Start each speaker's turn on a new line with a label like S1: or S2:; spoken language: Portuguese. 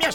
S1: das